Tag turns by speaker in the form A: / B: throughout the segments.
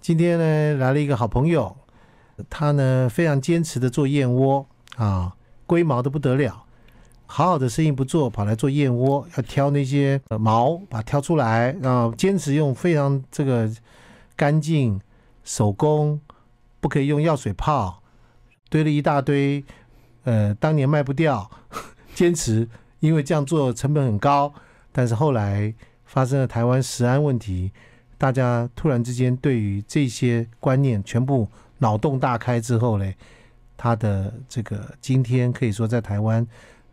A: 今天呢来了一个好朋友，他呢非常坚持的做燕窝啊，龟毛的不得了。好好的事情不做，跑来做燕窝，要挑那些呃毛，把它挑出来，然后坚持用非常这个干净手工，不可以用药水泡，堆了一大堆，呃，当年卖不掉， 坚持，因为这样做成本很高，但是后来发生了台湾食安问题，大家突然之间对于这些观念全部脑洞大开之后嘞，他的这个今天可以说在台湾。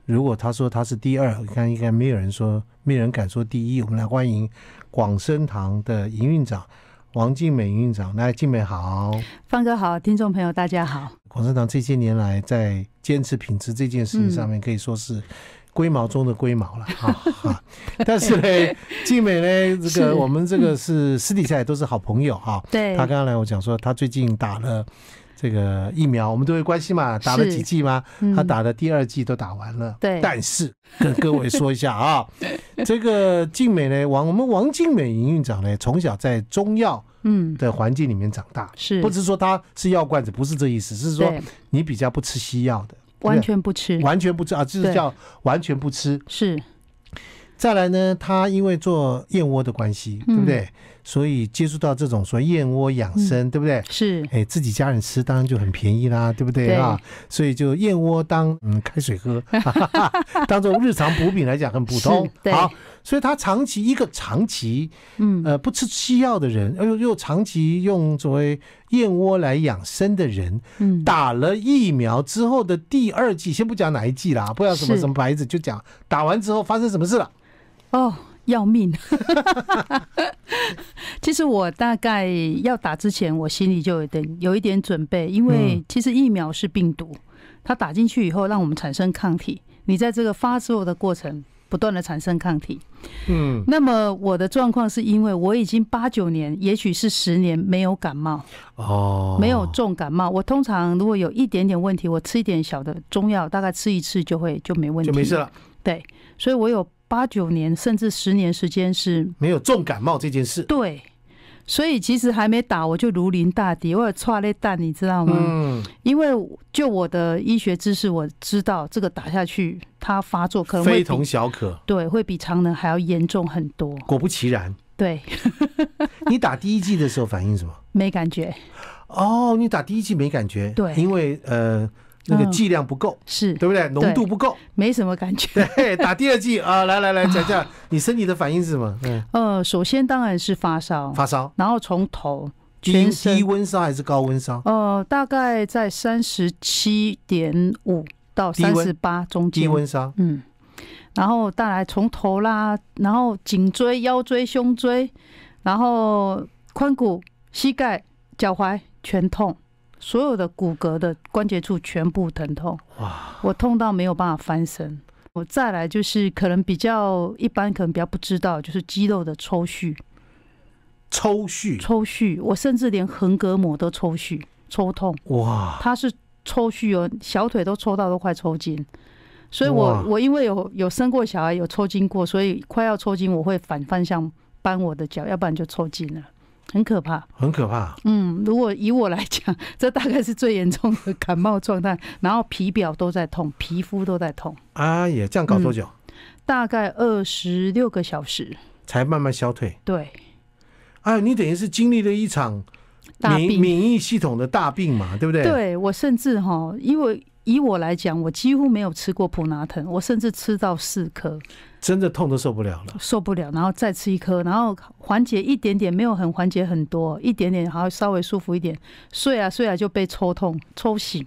A: 如果他说他是第二，你看应该没有人说，没有人敢说第一。我们来欢迎广生堂的营运长王静美营运长，来，静美好，
B: 方哥好，听众朋友大家好。
A: 广生堂这些年来在坚持品质这件事情上面，可以说是龟毛中的龟毛了哈、哈。但是呢，静美呢，这
B: 是
A: 个我们这个是私底下也都是好朋友哈、
B: 对
A: 他刚刚来我讲说，他最近打了这个疫苗，我们都会关心嘛，打了
B: 是
A: 几剂吗？
B: 嗯
A: 他打的第二季都打完了，
B: 对
A: 但是跟各位说一下啊， 这个静美呢，王我们王静美营运长呢，从小在中药
B: 嗯
A: 的环境里面长大，
B: 是
A: 不是说他是药罐子，不是这意思，是说
B: 对
A: 你比较不吃西药的，
B: 完全不吃
A: 完全不吃啊，就是
B: 对
A: 叫完全不吃。
B: 是
A: 再来呢，他因为做燕窝的关系，对不
B: 嗯
A: 对？所以接触到这种说燕窝养生，对不对？
B: 是
A: 哎，自己家人吃当然就很便宜啦，对不对
B: 对
A: 啊？所以就燕窝当嗯开水 喝，哈哈哈当做日常补品来讲很普通
B: 是。对
A: 好，所以他长期一个长期
B: 嗯
A: 呃不吃西药的人，又又长期用所谓燕窝来养生的人，
B: 嗯
A: 打了疫苗之后的第二季，先不讲哪一季啦，不知道什么
B: 是
A: 什么牌子，就讲打完之后发生什么事了。
B: 哦要命。 其实我大概要打之前，我心里就有点有一点准备，因为
A: 嗯
B: 其实疫苗是病毒，它打进去以后让我们产生抗体，你在这个发作的过程不断的产生抗体。
A: 嗯，
B: 那么我的状况是因为我已经八九年，也许是十年没有感冒。
A: 哦，
B: 没有重感冒。我通常如果有一点点问题，我吃一点小的中药，大概吃一次就会就没问题，
A: 就没事。了，
B: 对，所以我有八九年甚至十年时间是
A: 没有重感冒这件事。
B: 对，所以其实还没打我就如临大敌，我有踹了蛋，你知道吗？
A: 嗯，
B: 因为就我的医学知识，我知道这个打下去，它发作可能
A: 非
B: 会
A: 同
B: 比
A: 小可。
B: 对会比常人还要严重很多。
A: 果不其然，
B: 对，
A: 你打第一剂的时候反应什么？
B: 没感觉，
A: 哦，你打第一剂没感觉，
B: 对
A: 因为呃那个
B: 嗯
A: 剂量不够，
B: 是
A: 对不对？浓度不够，
B: 没什么感觉。
A: 对，打第二剂啊，来来来，讲讲你身体的反应是什么？嗯，
B: 呃，首先当然是发烧，
A: 发烧，
B: 然后从头
A: 低
B: 全身
A: 低温烧还是高温烧？
B: 呃，大概在三十七点五到
A: 低
B: 三
A: 温
B: 十八中间。
A: 低温烧，
B: 嗯，然后带来从头啦，然后颈椎、腰椎、胸椎，然后髋骨、膝盖、脚踝全痛，所有的骨骼的关节处全部疼痛。
A: 哇，
B: 我痛到没有办法翻身。我再来就是可能比较一般，可能比较不知道，就是肌肉的抽搐。
A: 抽搐，
B: 抽搐，我甚至连横膈膜都抽搐、抽痛。
A: 哇，
B: 他是抽搐哦，小腿都抽到都快抽筋。所以我
A: 哇
B: 我因为有有生过小孩，有抽筋过，所以快要抽筋，我会反方向扳我的脚，要不然就抽筋了，很可怕。
A: 很可怕，
B: 嗯，如果以我来讲，这大概是最严重的感冒状态，然后皮表都在痛，皮肤都在痛，
A: 哎呀，这样搞多久
B: 大概二十六个小时。
A: 才慢慢消退？
B: 对，
A: 哎，你等于是经历了一场
B: 大
A: 免
B: 病
A: 免疫系统的大病嘛，对不对？，
B: 对我甚至哈，因为以我来讲，我几乎没有吃过普拿疼，我甚至吃到四颗
A: 真的痛都受不了了。
B: 受不了，然后再吃一颗，然后缓解一点点，没有很缓解很多，一点点，好稍微舒服一点，睡啊睡啊就被抽痛抽醒，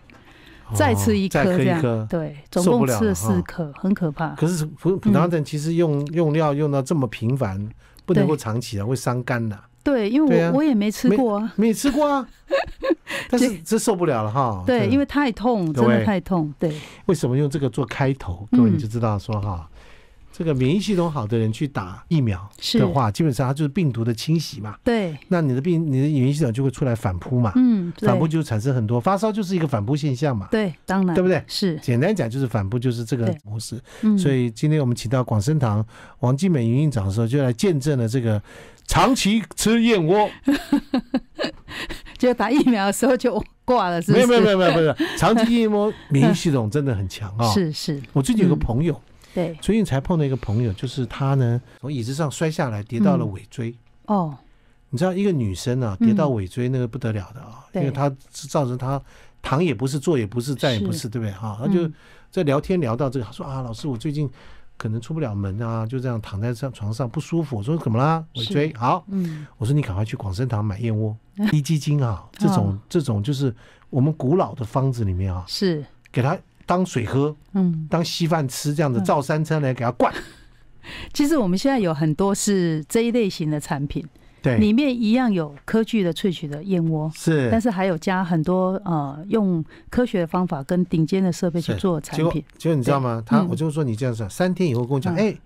B: 再吃一颗
A: 哦再
B: 这
A: 一
B: 样，
A: 颗。
B: 对，总
A: 受不
B: 共
A: 了
B: 吃
A: 了哈
B: 了四颗，很可怕。
A: 可是普普拿疼其实用
B: 嗯
A: 用料用到这么频繁，不能够长期啊，会伤肝的。
B: 对，因为
A: 对
B: 我、
A: 啊
B: 我也没吃
A: 没
B: 过啊，
A: 没吃过 啊，但是这受不了了哈。
B: 对，因
A: 为
B: 为太痛，
A: 各
B: 真
A: 位
B: 的太痛，对，
A: 为什么用这个做开头，各位
B: 嗯
A: 你就知道说哈，这个免疫系统好的人去打疫苗
B: 是
A: 的，话，基本上它就是病毒的侵袭嘛，
B: 对，
A: 那你的病你的免疫系统就会出来反扑嘛，
B: 嗯，
A: 反
B: 对
A: 扑，就产生很多发烧，就是一个反扑现象嘛，
B: 对，当然
A: 对不对？
B: 是，
A: 简单讲就是反扑就是这个
B: 对
A: 模式，
B: 嗯，
A: 所以今天我们请到广生堂王继美营运长的时候，就来见证了这个长期吃燕窝
B: 就打疫苗的时候就挂了，是不
A: 没
B: 是？
A: 有没有没有没有没有， 长期筋膜免疫系统真的很强啊、
B: 是是，
A: 我最近有个朋友，
B: 对，
A: 最近才碰到一个朋友，就是她呢从椅子上摔下来，跌到了尾椎。
B: 哦，
A: 你知道一个女生啊，
B: 嗯
A: 跌到尾椎那个不得了的啊，
B: 对
A: 因为她是造成她躺也不是，坐也不是，站也不是，对不对哈？她就
B: 嗯
A: 在聊天聊到这个，她说啊，老师，我最近可能出不了门啊，就这样躺在上床上不舒服。我说怎么啦？尾
B: 是
A: 椎好，
B: 嗯，
A: 我说你赶快去广生堂买燕 窝、低基金啊，这种
B: 嗯
A: 这种就是我们古老的方子里面啊，
B: 是，
A: 给它当水喝、
B: 嗯，
A: 当稀饭吃，这样子
B: 嗯
A: 照三餐来给它灌。
B: 其实我们现在有很多是这一类型的产品，
A: 对，
B: 里面一样有科技的萃取的燕窝，
A: 是
B: 但。是还有加很多呃用科学的方法跟顶尖的设备去
A: 是
B: 做的
A: 结
B: 产
A: 果
B: 品，
A: 结果你知道吗？他
B: 嗯
A: 我就说你这样子，三天以后跟我讲，
B: 嗯
A: 哎，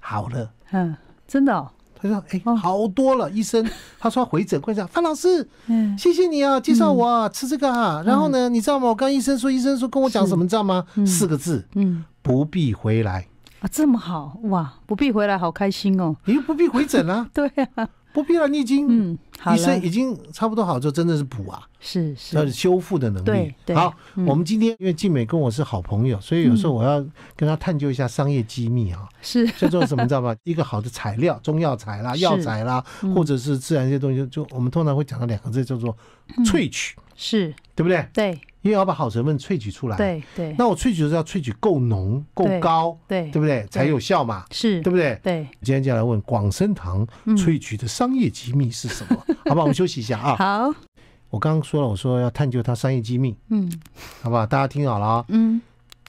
A: 好了。
B: 嗯，真的、哦，
A: 他说：“哎、
B: 哦
A: 好多了，医 生。”他说：“回诊，快讲，范老师，
B: 嗯，
A: 谢谢你啊，介绍我啊，吃这个啊。然后呢，你知道吗？我刚医生说，医生说跟我讲
B: 是
A: 什么，你知道吗？
B: 嗯
A: 四个字，
B: 嗯
A: 不必回来。
B: 啊，这么好哇，不必回来，好开心哦。
A: 你又不必回诊啦、
B: 对啊，
A: 不必了，你已经、
B: 嗯，好
A: 医生
B: 了，
A: 已经差不多好之后，真的是补啊，
B: 是
A: 要有
B: 是，
A: 修复的能力
B: 对。对
A: 好，
B: 嗯
A: 我们今天因为静美跟我是好朋友，所以有时候我要跟她探究一下商业机密 啊。
B: 是
A: 叫做什么，你知道吗？一个好的材料，中药材啦、
B: 是
A: 药材啦，
B: 嗯
A: 或者是自然一些东西，就我们通常会讲到两个字，叫做
B: 嗯
A: 萃取，
B: 是，
A: 对不对？
B: 对
A: 因为要把好成分萃取出来。。
B: 对对
A: 那我萃取的时候要萃取够浓、够
B: 对
A: 高，
B: 对
A: 对不对？才有效嘛，
B: 是，
A: 对不对？
B: 对，
A: 今天就来问广生堂
B: 嗯
A: 萃取的商业机密是什么， 好吧？我们休息一下啊。
B: 好，
A: 我刚刚说了，我说要探究它商业机密，
B: 嗯
A: 好不好？大家听好了啊，
B: 嗯，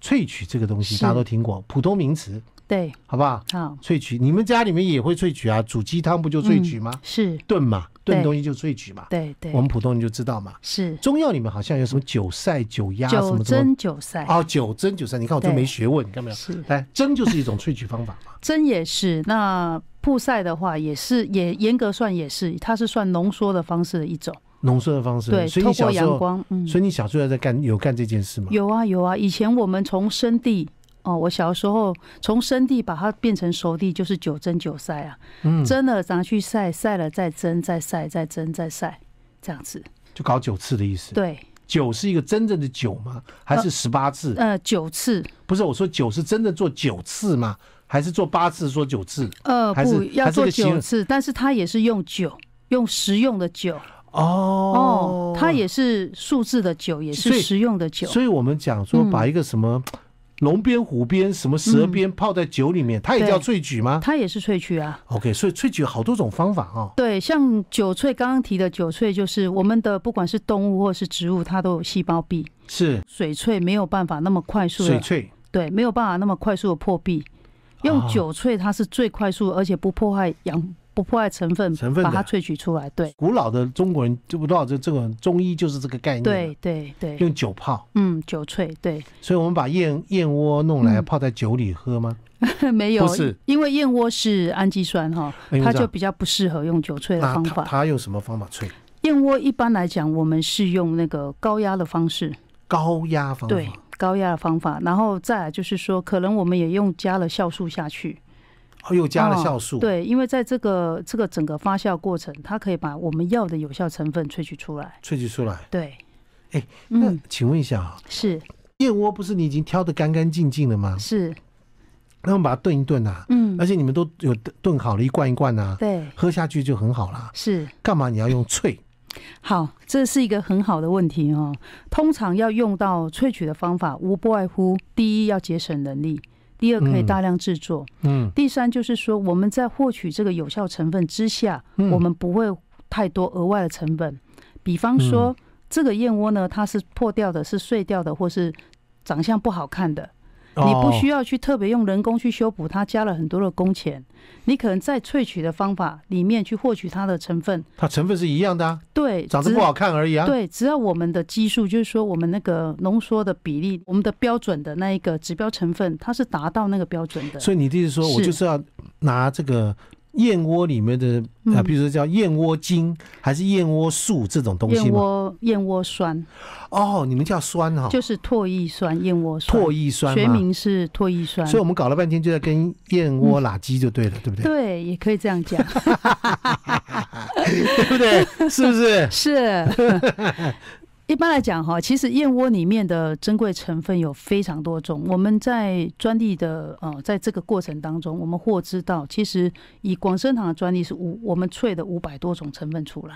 A: 萃取这个东西
B: 是
A: 大家都听过，普通名词，
B: 对，
A: 好不好？
B: 好，
A: 萃取，你们家里面也会萃取啊？煮鸡汤不就萃取吗？
B: 是，
A: 炖嘛，
B: 嗯对
A: 炖东西就萃取嘛。
B: 对对
A: 我，们普通人就知道嘛。
B: 是
A: 中药里面好像有什么九晒、九压什
B: 九
A: 么什么
B: 蒸九晒，
A: 哦，九蒸九晒。你看我这
B: 对
A: 没学问，你看到没有？
B: 是
A: 来，蒸就是一种萃取方法 嘛。
B: 蒸也是，那曝晒的话也是，也严格算也是，它是算浓缩的方式的一种，
A: 浓缩的方式。
B: 对，
A: 所以你
B: 透
A: 小
B: 过
A: 时
B: 阳
A: 候，
B: 光，嗯，
A: 所以你小时候在干有干这件事吗？
B: 有啊有啊，以前我们从生地。哦，我小时候从生地把它变成熟地，就是九蒸九晒啊，
A: 嗯，
B: 蒸了拿去晒，晒了再蒸，再晒，再蒸，再晒，这样子。
A: 就搞九次的意思。
B: 对，
A: 九是一个真正的九吗？还是十八啊次？
B: 呃，九次，
A: 不是，我说九是真的做九次吗？还是做八次做九次？
B: 呃，
A: 还是
B: 不要
A: 还是
B: 做
A: 个形
B: 九
A: 容
B: 次，但是它也是用酒，用食用的酒
A: 哦
B: 哦，它也是数字的酒，也
A: 所
B: 是
A: 以
B: 食用的酒，
A: 所以我们讲说，
B: 嗯
A: 把一个什么龙鞭、虎鞭、什么蛇鞭泡在酒里面，它也
B: 对
A: 叫萃取吗
B: 它也是萃取啊。
A: ？OK，所以萃取有好多种方法哦。
B: 对，像酒萃，刚刚提的酒萃，就是我们的不管是动物或是植物，它都有细胞壁。
A: 是
B: 水萃没有办法那么快速
A: 水
B: 的，
A: 萃，
B: 对，没有办法那么快速的破壁。用
A: 哦
B: 酒萃，它是最快速，而且不破坏氧，不破坏成分，
A: 成分
B: 把
A: 的
B: 它萃取出来。对，
A: 古老的中国人就不知道这这个中医就是这个概念，
B: 对，，对，对，
A: 用酒泡，
B: 嗯，酒萃，对，
A: 所以我们把燕燕窝弄来
B: 嗯
A: 泡在酒里喝吗？
B: 没有
A: 不是，
B: 因为燕窝是氨基酸哈，
A: 哎
B: 它
A: 我知道
B: 就比较不适合用酒萃的
A: 那
B: 方
A: 他
B: 法。
A: 他用什么方法萃？
B: 燕窝一般来讲，我们是用那个高压的方式，
A: 高压方
B: 对
A: 法，
B: 高压的方法，然后再来就是说，可能我们也用加了酵素下去，
A: 哦，又加了
B: 哦
A: 酵素，
B: 对，因为在这个这个整个发酵过程，它可以把我们要的有效成分萃取出来。
A: 萃取出来。
B: 对，
A: 哎那
B: 嗯，
A: 请问一下啊，
B: 是
A: 燕窝不是你已经挑的干干净净了吗？
B: 是，
A: 那我们把它炖一炖啊，
B: 嗯
A: 而，且你们都有炖好了，一罐一罐啊，
B: 对，
A: 喝下去就很好啦。
B: 是。
A: 干嘛你要用萃？
B: 好，这是一个很好的问题哦。通常要用到萃取的方法，无不外乎第一要节省人力，第二可以
A: 嗯
B: 大量制作，
A: 嗯，
B: 第三就是说我们在获取这个有效成分之下，
A: 嗯
B: 我们不会太多额外的成本。比方说、
A: 嗯
B: 这个燕窝呢，它是破掉的，是碎掉的，或是长相不好看的，
A: 哦
B: 你不需
A: 要
B: 要去特别用人工去修补，它加了很多的工钱。你可能在萃取的方法里面去获取它的成分，
A: 它成分是一样的啊，
B: 对，
A: 长得
B: 只
A: 不好看而已啊。，
B: 对，只要我们的基数，就是说我们那个浓缩的比例，我们的标准的那一个指标成分，它是达到那个标准的。
A: 所以你的意思说我
B: 是
A: 就是要拿这个燕窝里面的啊，
B: 嗯
A: 比如说叫燕窝精还是燕窝素这种东西
B: 燕
A: 吗？
B: 窝燕窝酸
A: 哦，你们叫酸哈，
B: 就是唾液酸，燕窝酸，
A: 唾液酸
B: 学
A: 嘛。
B: 名是唾液酸嗯
A: 所以。我们搞了半天就在跟燕窝拉鸡就对了，对不对？
B: 对，也可以这样讲。
A: 对不对？是不是？
B: 是。 一般来讲哈，其实燕窝里面的珍贵成分有非常多种。我们在专利的呃，在这个过程当中，我们获知到，其实以广生堂的专利是五，我们萃的五百多种成分出来，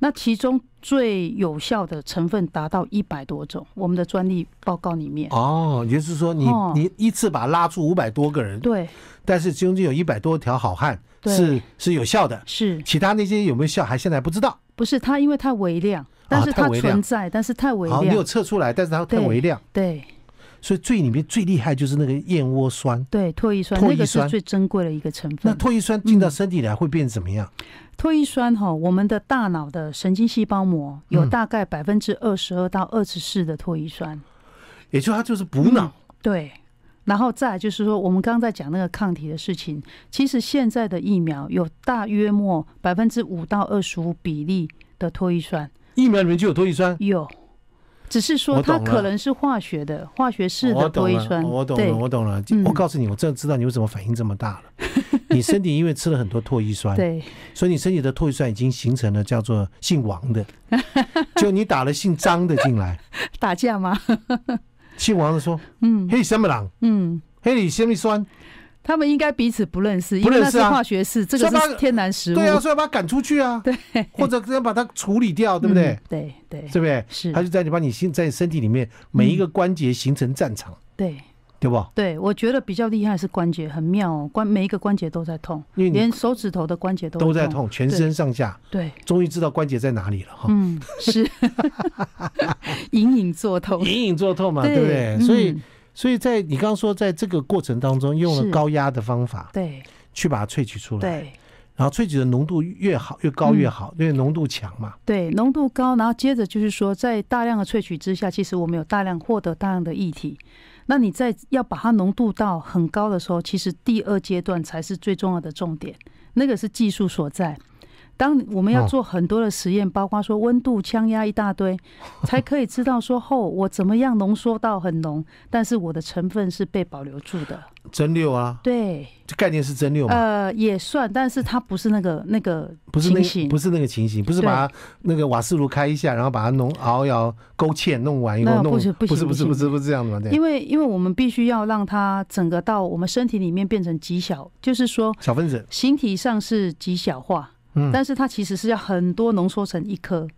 B: 那其中最有效的成分达到一百多种，我们的专利报告里面。
A: 哦，也就是说你，你、
B: 哦
A: 一次把它拉住五百多个人，
B: 对，
A: 但是中间有一百多条好汉
B: 对
A: 是是有效的，
B: 是
A: 其他那些有没有效还现在不知道。
B: 不是它？因为它微量，但是
A: 太
B: 它
A: 啊微量
B: 存在，但是太微
A: 好，你有
B: 量。
A: 测出来，但是它太
B: 对
A: 微量，
B: 对
A: 所以最里面最厉害就是那个燕窝酸。
B: 对，唾液酸
A: 唾液
B: 那个
A: 酸
B: 是最珍贵的一个成
A: 那
B: 分。
A: 唾液酸进到身体来会变成怎么样？
B: 嗯唾液酸哈，我们的大脑的神经细胞膜有
A: 嗯
B: 大概百分之二十二到二十四的唾液酸，
A: 也就是它就是补脑，
B: 嗯对。然后再来就是说，我们刚刚在讲那个抗体的事情，其实现在的疫苗有大约莫百分之五到二十五比例的唾液酸
A: 疫苗里面就有唾液酸。
B: 有，只是
A: 我
B: 说它
A: 懂了
B: 可能是化学的、化学式
A: 我
B: 的
A: 懂
B: 唾液
A: 了，
B: 酸，
A: 我懂
B: 对
A: 了，我懂了。
B: 嗯
A: 我告诉你，我真的知道你为什么反应这么 大了。你身体因为吃了很多唾液酸，
B: 对
A: 所以你身体的唾液酸已经形成了叫做姓王 的，就你打了姓张的进来，
B: 打架吗？
A: 姓王的说
B: 嗯：“
A: 嘿，什么狼？
B: 嗯，
A: 嘿，你什么酸
B: 他们应该彼此不认识，因
A: 不
B: 为
A: 认
B: 那
A: 识
B: 是
A: 啊
B: 化学式，这个
A: 所以它
B: 是天然？”食物，
A: 对啊，所以要把他赶出去啊，对，或者要把他处理掉，对不对
B: 嗯？？对对
A: 对不对？
B: 是
A: 他就在你把你心在身体里面每一个关节形成战场，
B: 对
A: 对不？
B: 对，我觉得比较厉害是关节，很妙哦，关每一个关节都在痛，
A: 因为你
B: 连手指头的关节都
A: 都在
B: 痛。
A: 痛，哦全身上下，
B: 对，
A: 终于知道关节在哪里了哈。
B: 嗯，是 隐隐作痛。
A: 隐隐作痛嘛，对不对？
B: 嗯
A: 所以，所以在你刚刚说，在这个过程当中，用了
B: 是
A: 高压的方法
B: 对
A: 去把它萃取出来，
B: 对
A: 然后萃取的浓度越好，越高越好，因为浓度强嘛。
B: 对，浓度高，然后接着就是说，在大量的萃取之下，其实我们有大量获得大量的液体。那你在要把它浓度到很高的时候，其实第二阶段才是最重要的重点，那个是技术所在。当我们要
A: 哦
B: 做很多的实验，包括说温度、枪压一大堆，才可以知道说 后、我怎么样浓缩到很浓，但是我的成分是被保留住的。
A: 蒸馏啊，
B: 对，
A: 这概念是蒸馏嘛，
B: 呃，也算，但是它不是那个那个
A: 不是那个
B: 情形，
A: 不是那个情形，不是把它那个瓦斯炉开一下，然后把它弄熬一熬勾芡，弄完以后
B: 那
A: 弄，
B: 不是不行
A: 是不是不
B: 不行
A: 是不是这样的嘛？对，
B: 因为因为我们必须要让它整个到我们身体里面变成极小，就是说
A: 小分子，
B: 形体上是极小化，
A: 嗯
B: 但是它其实是要很多浓缩成一颗。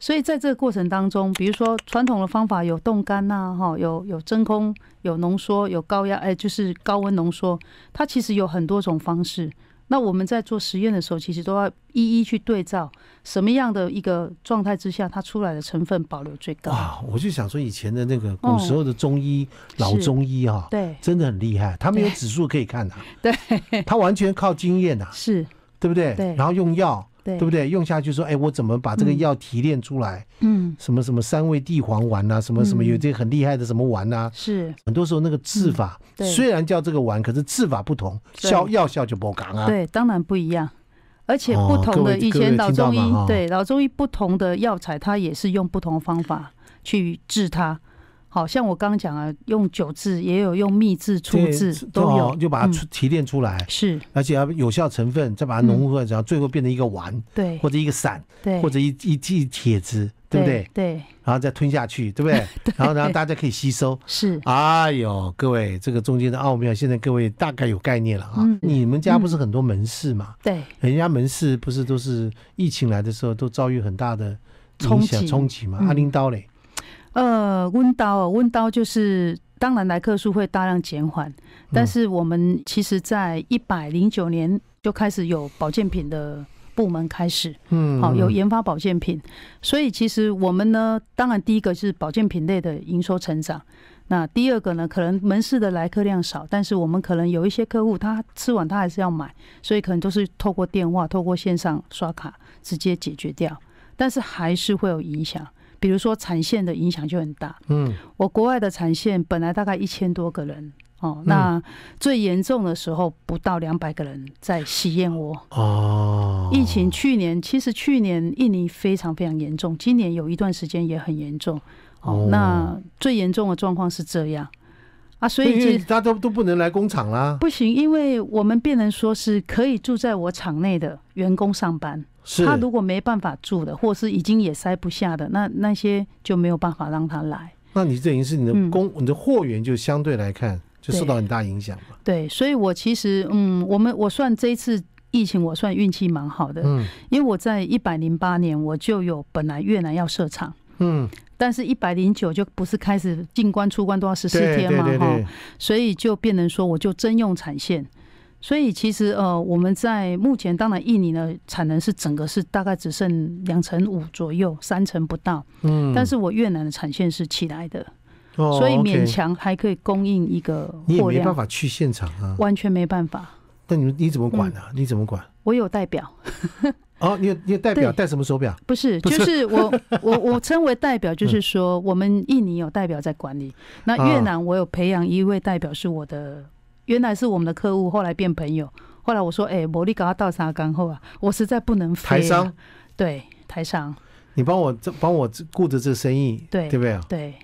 B: 所以在这个过程当中，比如说传统的方法有冻干呐，哈，有有真空，有浓缩，有高压，哎，就是高温浓缩，它其实有很多种方式。那我们在做实验的时候，其实都要一一去对照什么样的一个状态之下，它出来的成分保留最高。
A: 哇，我就想说以前的那个古
B: 哦
A: 时候的中医老
B: 是
A: 中医哈，
B: 对，
A: 真的很厉害，他们有
B: 对
A: 指数可以看的、
B: 对，
A: 他完全靠经验呐、
B: 是，
A: 对不对？
B: 对
A: 然后用药，
B: 对，
A: 对不对？用下去说，哎，我怎么把这个药提炼出来？
B: 嗯，
A: 什么什么三味地黄丸呐、什么什么
B: 嗯
A: 有这个很厉害的什么丸呐、
B: 是，
A: 很多时候那个治法、
B: 嗯对
A: 虽然叫这个丸，可是治法不同，
B: 对
A: 效药效就不同啊。
B: 对，当然不一样。而且
A: 哦
B: 不
A: 各
B: 同
A: 位
B: 的以
A: 各位
B: 前老
A: 听到
B: 中医
A: 吗哦，
B: 对老中医不同的药材，它也是用不同的方法去治它。好像我刚刚讲啊，用酒治，也有用蜜制、
A: 这
B: 醋
A: 个
B: 制
A: 是
B: 都有
A: 哦，就把它
B: 嗯
A: 出提炼出来，
B: 是
A: 而且要有效成分，再把它浓缩，然后最后变成一个丸
B: 对
A: 或者一个散
B: 对，
A: 或者一一剂帖子，对不对？
B: 对
A: 然后再吞下去，对不 对？然后然后大家可以吸收。
B: 是
A: 哎呦，各位，这个中间的奥妙，现在各位大概有概念了啊。
B: 嗯
A: 你们家不是很多门市嘛？
B: 对
A: 人家门市不是都是疫情来的时候都遭遇很大的
B: 冲
A: 影响
B: 击
A: 冲击嘛？
B: 嗯
A: 阿林刀嘞，
B: 呃，温刀啊，温刀就是当然来客数会大量减缓，
A: 嗯
B: 但是我们其实在一百零九年就开始有保健品的部门开始，
A: 嗯，
B: 好、有
A: 嗯
B: 研发保健品，所以其实我们呢，当然第一个是保健品类的营收成长，那第二个呢，可能门市的来客量少，但是我们可能有一些客户他吃完他还是要买，所以可能都是透过电话、透过线上刷卡直接解决掉，但是还是会有影响，比如说产线的影响就很大。
A: 嗯，
B: 我国外的产线本来大概一千多个人。
A: 嗯
B: 哦，那最严重的时候不到两百个人在吸燕窝，
A: 哦，
B: 疫情去年其实去年印尼非常非常严重，今年有一段时间也很严重。哦
A: 哦，
B: 那最严重的状况是这样啊，所
A: 对，
B: 以
A: 因为
B: 这
A: 大家都都不能来工厂啦。
B: 不行，因为我们变成说是可以住在我厂内的员工上班，
A: 是
B: 他如果没办法住的，或是已经也塞不下的，那那些就没有办法让他来。
A: 那你这已经是你的
B: 嗯
A: 供、你的货源就相对来看就受
B: 对
A: 到很大影响嘛。
B: 对，所以我其实，嗯，我们我算这一次疫情，我算运气蛮好的，
A: 嗯
B: 因为我在一百零八年我就有本来越南要设厂，
A: 嗯，
B: 但是一百零九就不是开始进关出关都要十四
A: 对对
B: 天嘛，
A: 对
B: 哈，
A: 对，
B: 所以就变成说我就征用产线。所以其实呃，我们在目前当然印尼的产能是整个是大概只剩两成五左右，三成不到。
A: 嗯，
B: 但是我越南的产线是起来的，
A: 哦
B: 所以
A: OK
B: 勉强还可以供应一个
A: 你也
B: 货
A: 没
B: 量
A: 办，法去现场啊。
B: 完全没办法。
A: 那你们你怎么管呢、
B: 嗯
A: 啊你怎么管？
B: 我有代表，
A: 哦，你有你有代表
B: 对
A: 戴什么手表？
B: 不是，就 是我我我称为代表，
A: 嗯
B: 就是说我们印尼有代表在管理，那
A: 啊
B: 越南我有培养一位代表是我的，原来是我们的客户，后来变朋友，后来我说，哎、魔力搞他到啥干后啊，我实在不能飞、啊，
A: 台商，
B: 对台商
A: 你帮我这帮我顾着这生意，
B: 对
A: 对不对啊？
B: 对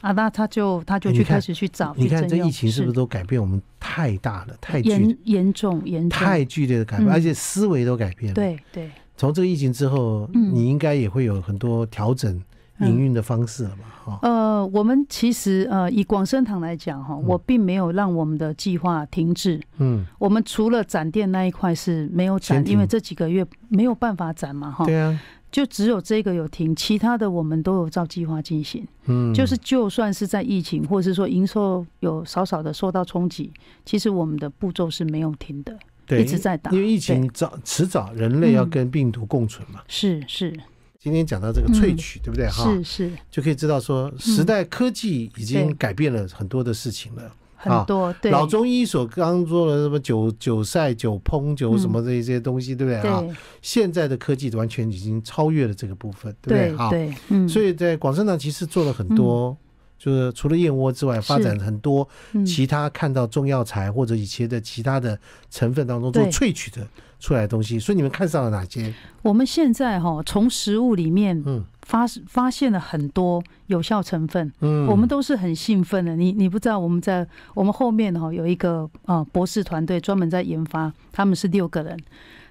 B: 啊，那他就他就
A: 哎你
B: 去
A: 看
B: 开始去找，
A: 你
B: 啊去
A: 看
B: 征
A: 这疫
B: 用
A: 情是不是都改变我们太大了，太剧
B: 严严重严重？
A: 太剧烈的改变，
B: 嗯
A: 而且思维都改变了。，
B: 对对，
A: 从这个疫情之后，
B: 嗯
A: 你应该也会有很多调整
B: 嗯
A: 营运的方式了嘛？哈、
B: 呃，我们其实呃，以广生堂来讲哈，我并没有让我们的计划停滞。
A: 嗯，
B: 我们除了展店那一块是没有
A: 先
B: 展，
A: 停
B: 因为这几个月没有办法展嘛哈，
A: 对啊，
B: 就只有这个有停，其他的我们都有照计划进行。
A: 嗯，
B: 就是就算是在疫情，或者是说营收有少少的受到冲击，其实我们的步骤是没有停的，
A: 对
B: 一直在打嗯
A: 因。为疫情早迟早人类要跟病毒共存嘛。
B: 是是
A: 今天讲到这个萃取，对不对哈？
B: 嗯是嗯是，
A: 就可以知道说时代科技已经改变了很多的事情了。啊
B: 很多对
A: 老中医所刚做了什么酒酒晒、酒烹、酒什么这些东西，对不对啊？
B: 嗯对
A: 现在的科技完全已经超越了这个部分，对
B: 对
A: 不对啊？
B: 对，嗯，
A: 所以在广生堂其实做了很多，就是除了燕窝之外，
B: 是
A: 发展很多
B: 嗯
A: 其他看到中药材或者以前的其他的成分当中做
B: 对
A: 萃取的出来的东西。所以你们看上了哪些？
B: 我们现在哈从食物里面
A: 嗯
B: 发发现了很多有效成分，
A: 嗯，
B: 我们都是很兴奋的。你你不知道我们在我们后面哈有一个啊博士团队专门在研发，他们是六个人，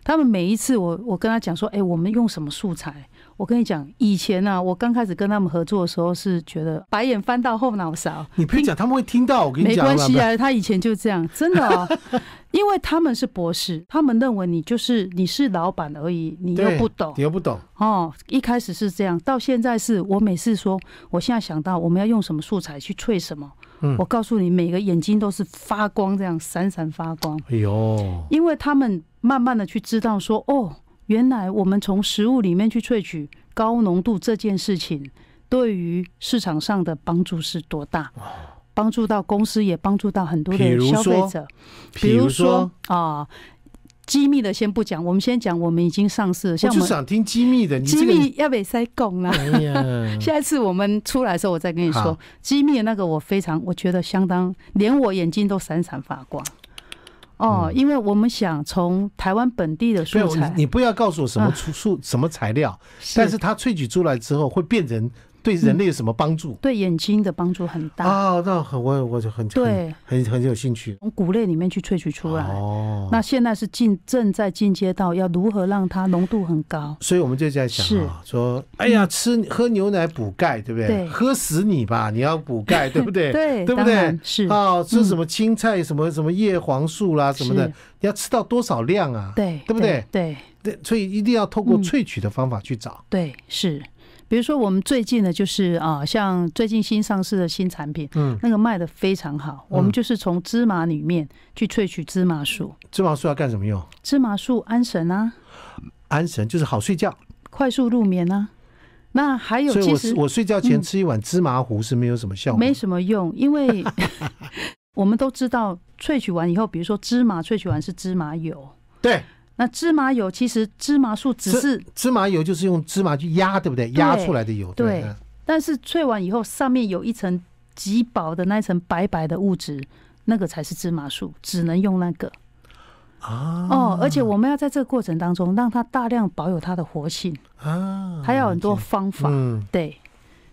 B: 他们每一次我我跟他讲说，哎、我们用什么素材？我跟你讲，以前啊，我刚开始跟他们合作的时候是觉得白眼翻到后脑勺，
A: 你别 讲，他们会听到。我跟你
B: 没
A: 讲，
B: 关系啊，他以前就这样，真 的哦，因为他们是博士，他们认为你就是你是老板而已，你又
A: 对
B: 不懂
A: 你又不懂。
B: 哦。一开始是这样，到现在是我每次说，我现在想到我们要用什么素材去萃什么，
A: 嗯
B: 我告诉你，每个眼睛都是发光，这样闪闪发光，
A: 哎呦，
B: 因为他们慢慢的去知道说，哦，原来我们从食物里面去萃取高浓度这件事情，对于市场上的帮助是多大。帮助到公司，也帮助到很多
A: 比
B: 的
A: 如
B: 消费
A: 说
B: 者。
A: 比如说，
B: 啊、机密的先不讲，我们先讲我们已经上市了，
A: 我
B: 像我
A: 就
B: 们
A: 想听机密的，你
B: 机
A: 这个你
B: 密要被塞拱 啦。
A: 哎呀，
B: 下一次我们出来的时候，我再跟你说
A: 好
B: 机密的那个，我非常我觉得相当，连我眼睛都闪闪发光。哦，因为我们想从台湾本地的
A: 没
B: 素
A: 有你
B: 材，
A: 你不要告嗯诉我什么
B: 啊
A: 出素什么材料，但是它萃取出来之后会变成对人类有什么帮助
B: 对眼睛的帮助很大。
A: 啊？那很我我就很
B: 对，
A: 很很很有兴趣。
B: 从谷类里面去萃取出来。
A: 哦，
B: 那现在是进正在进阶到要如何让它浓度很高。
A: 所以我们就在想啊，说哎呀，吃喝牛奶补钙，对不对？
B: 嗯对
A: 喝死你吧，你要补 钙，对不对？
B: 对，
A: 对不
B: 当
A: 对
B: 然？是，嗯
A: 啊，吃什么青菜，什么什么叶黄素啦，什么的
B: 是，
A: 你要吃到多少量啊？
B: 对，
A: 对不对？
B: 对。
A: 对，所以一定要透过
B: 嗯
A: 萃取的方法去找。
B: 对，是。比如说我们最近的就是啊，像最近新上市的新产品，
A: 嗯，
B: 那个卖的非常好。我们就是从芝麻里面去萃取芝麻素，
A: 芝麻素要干什么用？
B: 芝麻素安神啊，
A: 安神就是好睡觉，
B: 快速入眠啊。那还有
A: 所以
B: 哎其
A: 我
B: 实
A: 我睡觉前
B: 嗯
A: 吃一碗芝麻糊是没有什么效果。
B: 没什么用，因 为 我们都知道萃取完以后，比如说芝麻萃取完是芝麻油，
A: 对，
B: 那芝麻油其实芝麻素只是
A: 芝麻油就是用芝麻去压，对不对？压出来的油。
B: 对
A: 嗯
B: 但是萃完以后，上面有一层极薄的那一层白白的物质，那个才是芝麻素，只能用那个
A: 啊
B: 哦。而且我们要在这个过程当中，让它大量保有它的活性，
A: 啊，
B: 它要很多方法。
A: 嗯，
B: 对，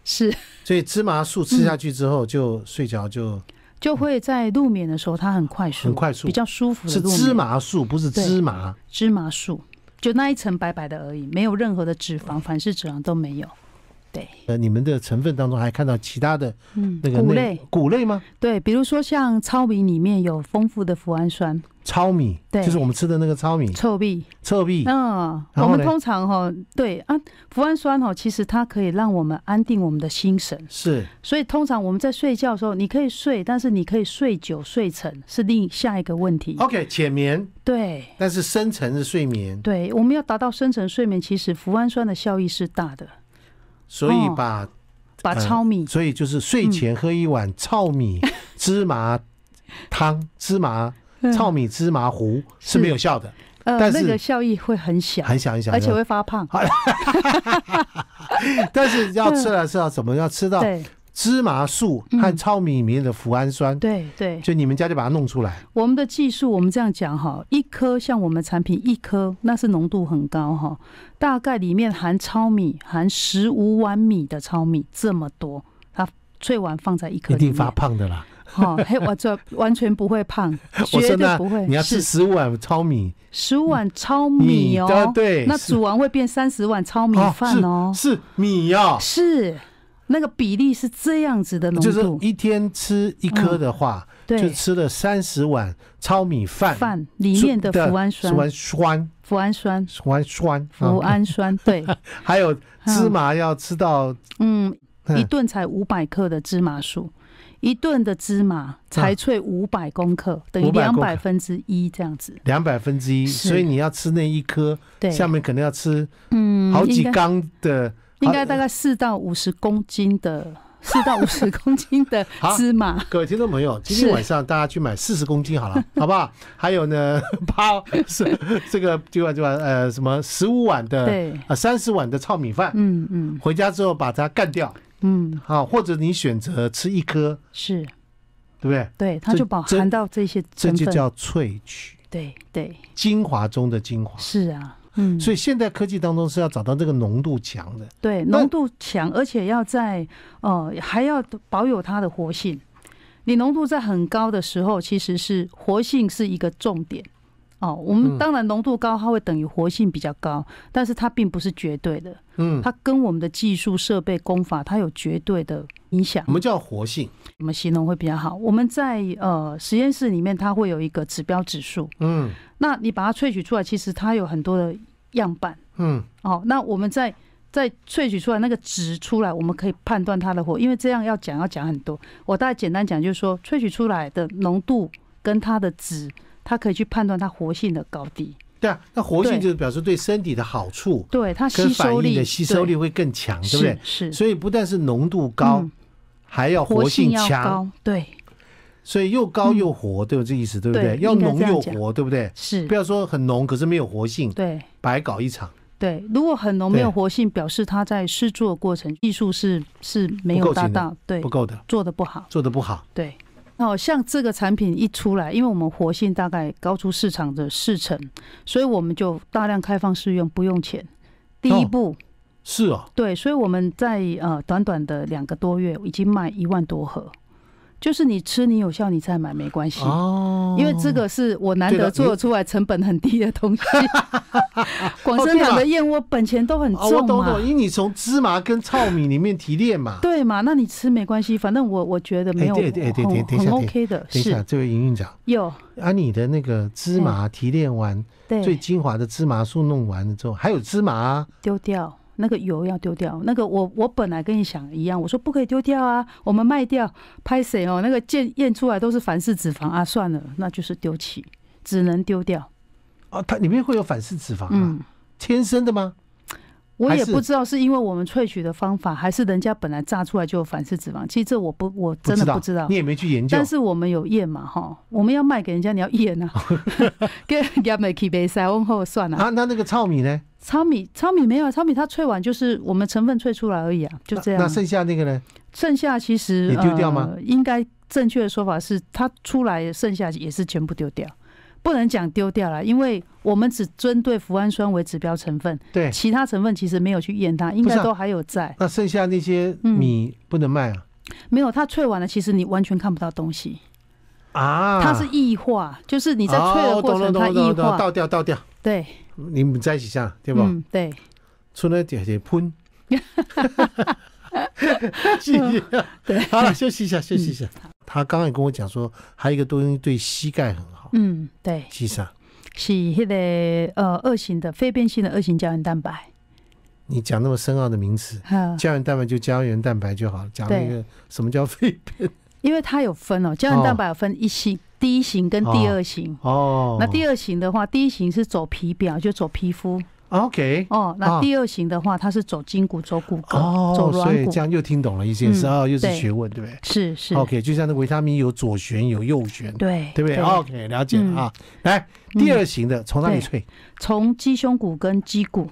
B: 是
A: 所以芝麻素吃下去之后就睡着就
B: 就会在入眠的时候，它很快速，
A: 很快速
B: 比较舒服的
A: 是
B: 入眠。
A: 芝麻素，不是芝麻。
B: 芝麻素，就那一层白白的而已，没有任何的脂肪，反式脂肪都没有。
A: 呃，你们的成分当中还看到其他的
B: 嗯，
A: 那个
B: 谷
A: 内
B: 类
A: 谷类吗？
B: 对，比如说像糙米里面有丰富的脯氨酸、
A: 糙米，
B: 对
A: 就是我们吃的那个糙米、
B: 臭米。
A: 侧壁，
B: 嗯，
A: 然
B: 我
A: 后
B: 们
A: 嘞
B: 通常哈、对啊，脯氨酸哈、其实它可以让我们安定我们的心神，
A: 是
B: 所以通常我们在睡觉的时候，你可以睡，但是你可以睡久睡沉是另下一个问题。
A: OK 浅眠，
B: 对。
A: 但是深层是睡眠，
B: 对，我们要达到深层睡眠，其实脯氨酸的效益是大的。
A: 所以
B: 哦
A: 把
B: 把
A: 呃
B: 糙米，
A: 所以就是睡前喝一碗糙米
B: 嗯
A: 芝麻汤、芝麻糙米芝麻糊是
B: 是
A: 没有效的，
B: 呃，
A: 但
B: 那
A: 是
B: 个效益会很小，
A: 很小很小，
B: 而且会发胖。
A: 但是要
B: 嗯
A: 吃了是要怎么要吃到
B: 对
A: 芝麻素和糙米里面的脯氨酸，
B: 嗯对对，
A: 就你们家就把它弄出来，
B: 我们的技术，我们这样讲哈，一颗像我们产品一颗，那是浓度很高哈，大概里面含糙米含十五碗米的糙米这么多，它最晚放在一颗
A: 一
B: 里
A: 定
B: 面
A: 发胖的啦。
B: 哈，嘿，我这完全不会胖，
A: 我
B: 绝
A: 说
B: 对
A: 那
B: 不会。
A: 你要吃十五碗糙米
B: 十五碗糙米哦，
A: 的，对，
B: 那
A: 是
B: 煮完会变三十碗糙米饭哦，
A: 是是米哦，
B: 是那个比例是这样子的浓
A: 就是
B: 度，嗯
A: 一天吃一颗的话，就
B: 对，
A: 吃了三十碗糙米饭，
B: 饭里面的
A: 的嗯
B: 脯氨
A: 酸
B: 酸、
A: 酸
B: 脯氨酸、
A: 酸酸，
B: 脯
A: 啊
B: 氨酸， 对，
A: 还有芝麻要吃到
B: 嗯，
A: 嗯
B: 一顿才五百克的芝麻素，一顿的芝麻才萃五百公克，等于
A: 500
B: 两
A: 啊公
B: 百
A: 克
B: 分之一这样子。
A: 两百分之一，
B: 是
A: 所以你要吃那一颗，
B: 对，
A: 下面可能要吃
B: 嗯，
A: 好几
B: 应该
A: 缸的，
B: 应该大概四到五十公斤 的，四到五十公斤的
A: 好
B: 芝麻，
A: 各位听众朋友，今天
B: 是
A: 晚上大家去买四十公斤好 了，好不好？还有呢， 八是这个就碗就碗呃什么十五碗的
B: 对，
A: 啊三十碗的糙米饭，
B: 嗯嗯
A: 回家之后把它干掉
B: 嗯，
A: 啊，或者你选择吃一颗，
B: 是
A: 对不对？
B: 对，它
A: 这
B: 就饱
A: 这
B: 含到这些
A: 这
B: 成
A: 就
B: 分，
A: 叫萃取
B: 对对，
A: 精华中的精华。
B: 是啊，嗯，
A: 所以现代科技当中是要找到这个浓度强的，
B: 对，
A: 那
B: 浓度强，而且要在呃还要保有它的活性。你浓度在很高的时候，其实是活性是一个重点。哦，我
A: 嗯
B: 们当然浓度高，它会等于活性比较高，但是它并不是绝对的，
A: 嗯，
B: 它跟我们的技术、设备、功法，它有绝对的影响
A: 我。们叫活性，
B: 怎么形容会比较好？我们在呃实验室里面，它会有一个指标指数，
A: 嗯
B: 那你把它萃取出来，其实它有很多的样板。
A: 嗯，
B: 哦，那我们再再萃取出来那个值出来，我们可以判断它的火，因为这样要讲要讲很多。我大概简单讲，就是说萃取出来的浓度跟它的值，它可以去判断它活性的高低，
A: 对啊，那活性
B: 对
A: 就是表示对身体的好处
B: 对它吸
A: 跟反
B: 收
A: 应
B: 力
A: 的吸收力会更强，对不对？
B: 是是
A: 所以不但是浓度高，
B: 嗯
A: 还要
B: 活
A: 活性
B: 要
A: 强，
B: 高，对，
A: 所以又高又活，对不对？这意思对不对？
B: 对
A: 要
B: 应该
A: 浓
B: 这样
A: 又
B: 讲
A: 活，对不对？
B: 是
A: 不，要说很浓，可是没有活性，
B: 对
A: 白搞一场，
B: 对。如果很浓没有
A: 对
B: 活性，表示它在试做的过程技术是是没
A: 不
B: 有
A: 够
B: 达
A: 精的
B: 到，对
A: 不，够的，
B: 做的不好。
A: 做的不好。
B: 对，哦，像这个产品一出来，因为我们活性大概高出市场的四成，所以我们就大量开放试用，不用钱。第一
A: 哦
B: 步，
A: 是哦，
B: 对，所以我们在呃短短的两个多月已经卖一万多盒，就是你吃你有效，你再买没关系。
A: 哦，
B: 因为这个是我难
A: 对了
B: 得做
A: 你
B: 得出来成本很低 的东西，广
A: 哦
B: 生
A: 对
B: 堂
A: 了
B: 的燕窝本钱都很
A: 哦，我
B: 重
A: 懂
B: 嘛，
A: 懂，因为你从芝麻跟糙米里面提炼嘛。
B: 对嘛？那你吃没关系，反正我我觉得没
A: 哎
B: 有
A: 对对对
B: 很
A: 对等一
B: 很
A: 下等一
B: OK 的，
A: 等一下，
B: 是
A: 这位营运长，
B: 有
A: 啊，你的那个芝麻提炼完，
B: 对嗯
A: 最精华的芝麻素弄完了之后，还有芝麻啊
B: 丢掉，那个油要丢掉。那个我我本来跟你想一样，我说不可以丢掉啊，我们卖掉，拍谁哦？那个验验出来都是凡氏脂肪啊，算了，那就是丢弃，只能丢掉。
A: 哦，它里面会有反式脂肪啊，
B: 嗯，
A: 天生的吗？
B: 我
A: 还
B: 也
A: 是
B: 不知道是因为我们萃取的方法，还是人家本来榨出来就有凡氏脂肪。其实这我不，我真的不知道
A: 你。也没去研究
B: 但。是我们有验嘛，哈，我们要卖给人家，你要验 啊，给给没去没塞，问后算了、
A: 啊，那那个糙米呢？
B: 糙米，糙米没有，糙米它萃完就是我们成分萃出来而已啊，就这样啊、
A: 那那剩下那个呢？
B: 剩下其实
A: 你丢掉吗
B: 呃、应该正确的说法是，它出来剩下也是全部丢掉，不能讲丢掉了，因为我们只针对脯氨酸为指标成分，
A: 对，
B: 其他成分其实没有去验它，应
A: 哎不是
B: 该
A: 啊
B: 都还有在。
A: 那剩下那些
B: 嗯
A: 米不能卖啊？
B: 没有它萃完了，其实你完全看不到东西，
A: 啊，
B: 它是异化，就是你在萃
A: 哦
B: 的
A: 我
B: 过
A: 懂
B: 程
A: 了懂
B: 它
A: 了懂
B: 异
A: 了懂了
B: 化。
A: 倒掉倒掉，
B: 对，
A: 你们在一起下对吧？
B: 嗯，对，
A: 出来点点 喷，谢谢。
B: 嗯对，嗯
A: 好了，休息一下，休息一下。他刚刚也跟我讲说，还有一个东西对膝盖很好，
B: 嗯，对，
A: 其实啊，
B: 是迄、个呃二型的非变性的二型胶原蛋白，
A: 你讲那么深奥的名词，
B: 哈，
A: 胶原蛋白就胶原蛋白就好了，讲那
B: 对
A: 个什么叫肺
B: 因为它有分哦，胶原蛋白有分一型、第一型跟第二型。
A: 哦，
B: 那第二型的话，第一型是走皮表，就走皮肤
A: OK
B: 哦。
A: 啊
B: 那第二型的话，它是走筋骨、走骨骼、
A: 哦
B: 走，
A: 所
B: 软
A: 以
B: 骨
A: 这，样又听懂了一件事
B: 嗯
A: 啊，又是
B: 对
A: 学问，对不对
B: 是是，
A: ？OK，就像那维他命有左旋有右旋，
B: 对嗯
A: 对不对？OK，了解了啊。来，第二型的从哪里
B: 对
A: 萃？
B: 从鸡胸骨跟鸡骨，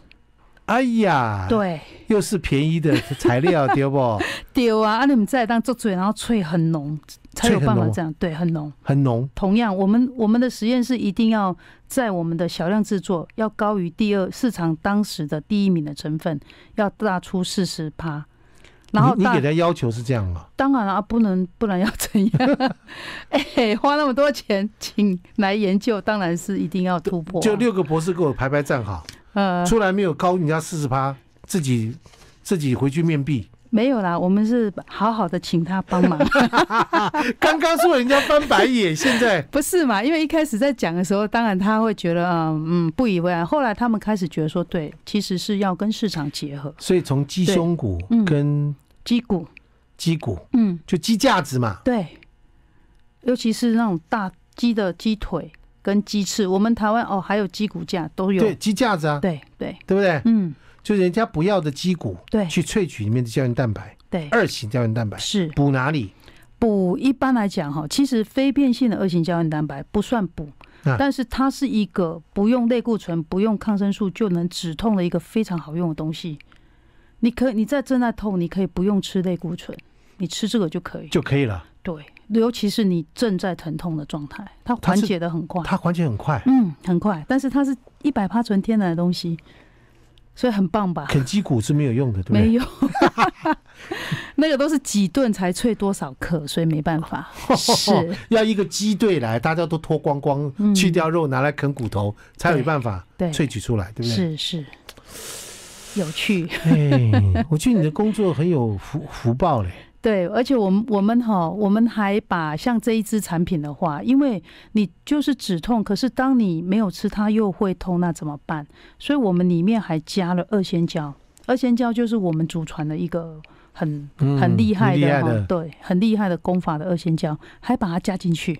A: 哎呀，，
B: 对，
A: 又是便宜的材 料，对不？
B: 丢啊！啊，你们再当做嘴，然后脆很浓，才
A: 脆
B: 有
A: 很
B: 办法
A: 浓
B: 这样，对，很浓。
A: 很浓。
B: 同样，我们我们的实验室一定要在我们的小量制作要高于第二市场当时的第一名的成分，要大出四十趴。然后
A: 你你
B: 大
A: 给他要求是这样啊？
B: 当然啊，不能不然要怎样？ 哎、花那么多钱请来研究，当然是一定要突破、啊。
A: 就六个博士给我排排站好，
B: 呃
A: 出来没有高人家四十趴，自己自己回去面壁。
B: 没有啦，我们是好好的请他帮 忙，
A: 刚刚说人家翻白眼，现 在
B: 不是嘛？因为一开始在讲的时候，当然他会觉得嗯嗯不以为然，后来他们开始觉得说，对，其实是要跟市场结合，
A: 所以从鸡胸骨
B: 对嗯
A: 跟
B: 击鼓，
A: 鸡骨
B: 嗯。
A: 就鸡架子嘛，
B: 对，尤其是那种大鸡的鸡腿跟鸡翅，我们台湾哦还有鸡骨架都有。
A: 对，鸡架子啊，
B: 对对
A: 对不对？
B: 嗯，
A: 就人家不要的鸡骨，
B: 对
A: 去萃取里面的胶原蛋白，
B: 对，
A: 二型胶原蛋白
B: 是
A: 补哪里？
B: 补。一般来讲哈，其实非变性的二型胶原蛋白不算补。
A: 啊
B: 但是它是一个不用类固醇、不用抗生素就能止痛的一个非常好用的东西。你可以你在正在痛，你可以不用吃类固醇，你吃这个就可以。
A: 就可以了。
B: 对，尤其是你正在疼痛的状态，它
A: 它
B: 缓
A: 是
B: 解的很快。
A: 它缓解很快，
B: 嗯，很快，但是它是一百趴纯天然的东西，所以很棒吧？
A: 啃鸡骨是没有用的，对不对
B: 没？有， 那个都是几顿才萃多少克，所以没办法。 是，
A: 要一个鸡队来，大家都脱光光，
B: 嗯
A: 去掉肉，拿来啃骨头，才有
B: 对
A: 办法
B: 对，
A: 萃取出来，对不对？
B: 是是，有趣。
A: 哎，我觉得你的工作很有福福报嘞。
B: 对，而且我们我们哈，我们还把像这一支产品的话，因为你就是止痛，可是当你没有吃它又会痛，那怎么办？所以我们里面还加了二仙胶，二仙胶就是我们祖传的一个很
A: 嗯
B: 很厉害
A: 很厉
B: 的
A: 害
B: 哈、
A: 的
B: 对，很厉害的功法的二仙胶，还把它加进去，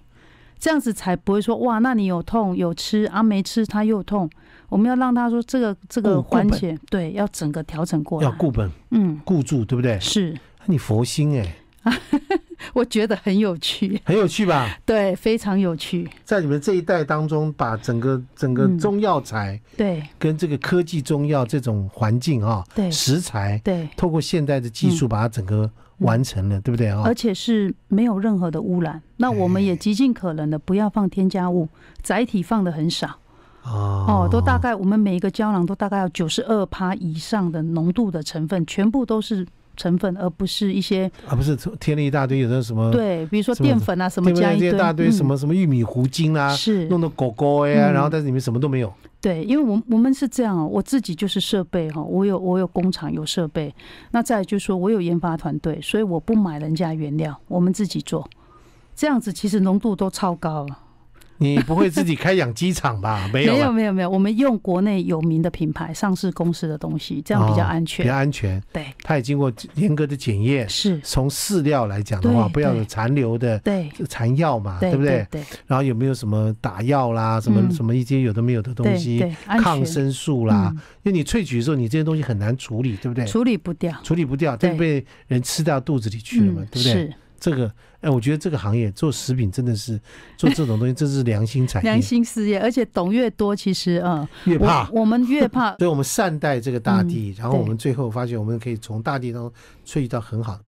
B: 这样子才不会说哇，那你有痛有吃啊，没吃它又痛。我们要让他说这个这
A: 固
B: 个
A: 哦固本
B: 缓解，对，要整个调整过来。
A: 要固本
B: 嗯，
A: 固住，对不对？
B: 是，
A: 你佛心哎、
B: 我觉得很有趣，
A: 很有趣吧？
B: 对，非常有趣，
A: 在你们这一代当中，把整个整个
B: 嗯
A: 中药材
B: 对
A: 跟这个科技中药这种环境啊、
B: 对
A: 食材，
B: 对，
A: 透过现代的技
B: 嗯
A: 术把它整个完成了，对不对啊、
B: 而且是没有任何的污染。那我们也极尽可能的不要放添加物，载体放的很少
A: 哦
B: 哦，都大概我们每一个胶囊都大概有九十二趴以上的浓度的成分，全部都是成分，而不是一些
A: 啊，不是添了一大堆，有的什么
B: 对，比如说
A: 什么
B: 淀粉啊什么
A: 对不
B: 加
A: 对？
B: 一堆，
A: 一大堆什
B: 嗯
A: 么什么玉米糊精啦、
B: 是
A: 弄得狗狗呀，
B: 嗯
A: 然后但是里面什么都没有。
B: 对，因为我们我们是这样哦，我自己就是设备哈，我有我有工厂有设备，那再来就是说我有研发团队，所以我不买人家原料，我们自己做，这样子其实浓度都超高了。
A: 你不会自己开养鸡场 吧？没有啊
B: 没有
A: 吧，
B: 没有没有，我们用国内有名的品牌、上市公司的东西，这样比较
A: 哦
B: 安
A: 比
B: 全。
A: 较安全。
B: 对，
A: 它也经过严格的检验，
B: 是，
A: 从饲料来讲的话，
B: 对
A: 不要
B: 对
A: 有残留的呃
B: 对，
A: 残药嘛，
B: 对
A: 啊不
B: 对？对
A: 然后有没有什么打药啦，什么、
B: 嗯
A: 什么一些有的没有的东
B: 对
A: 西，
B: 对，安
A: 抗
B: 全
A: 生素啦、
B: 嗯
A: 因为你萃取的时候，你这些东西很难处理，对不对？
B: 处理不掉，
A: 处理不掉，就
B: 对
A: 被人吃到肚子里去了嘛，
B: 嗯，
A: 对不对？
B: 是
A: 这个，哎，我觉得这个行业做食品真的是做这种东 西，真是良心产业，
B: 良心事业，而且懂越多，其实嗯，
A: 越怕
B: 我。我们越怕
A: 所以我们善待这个大地，然后
B: 对
A: 我们最后发现，我们可以从大地当中萃取到很好的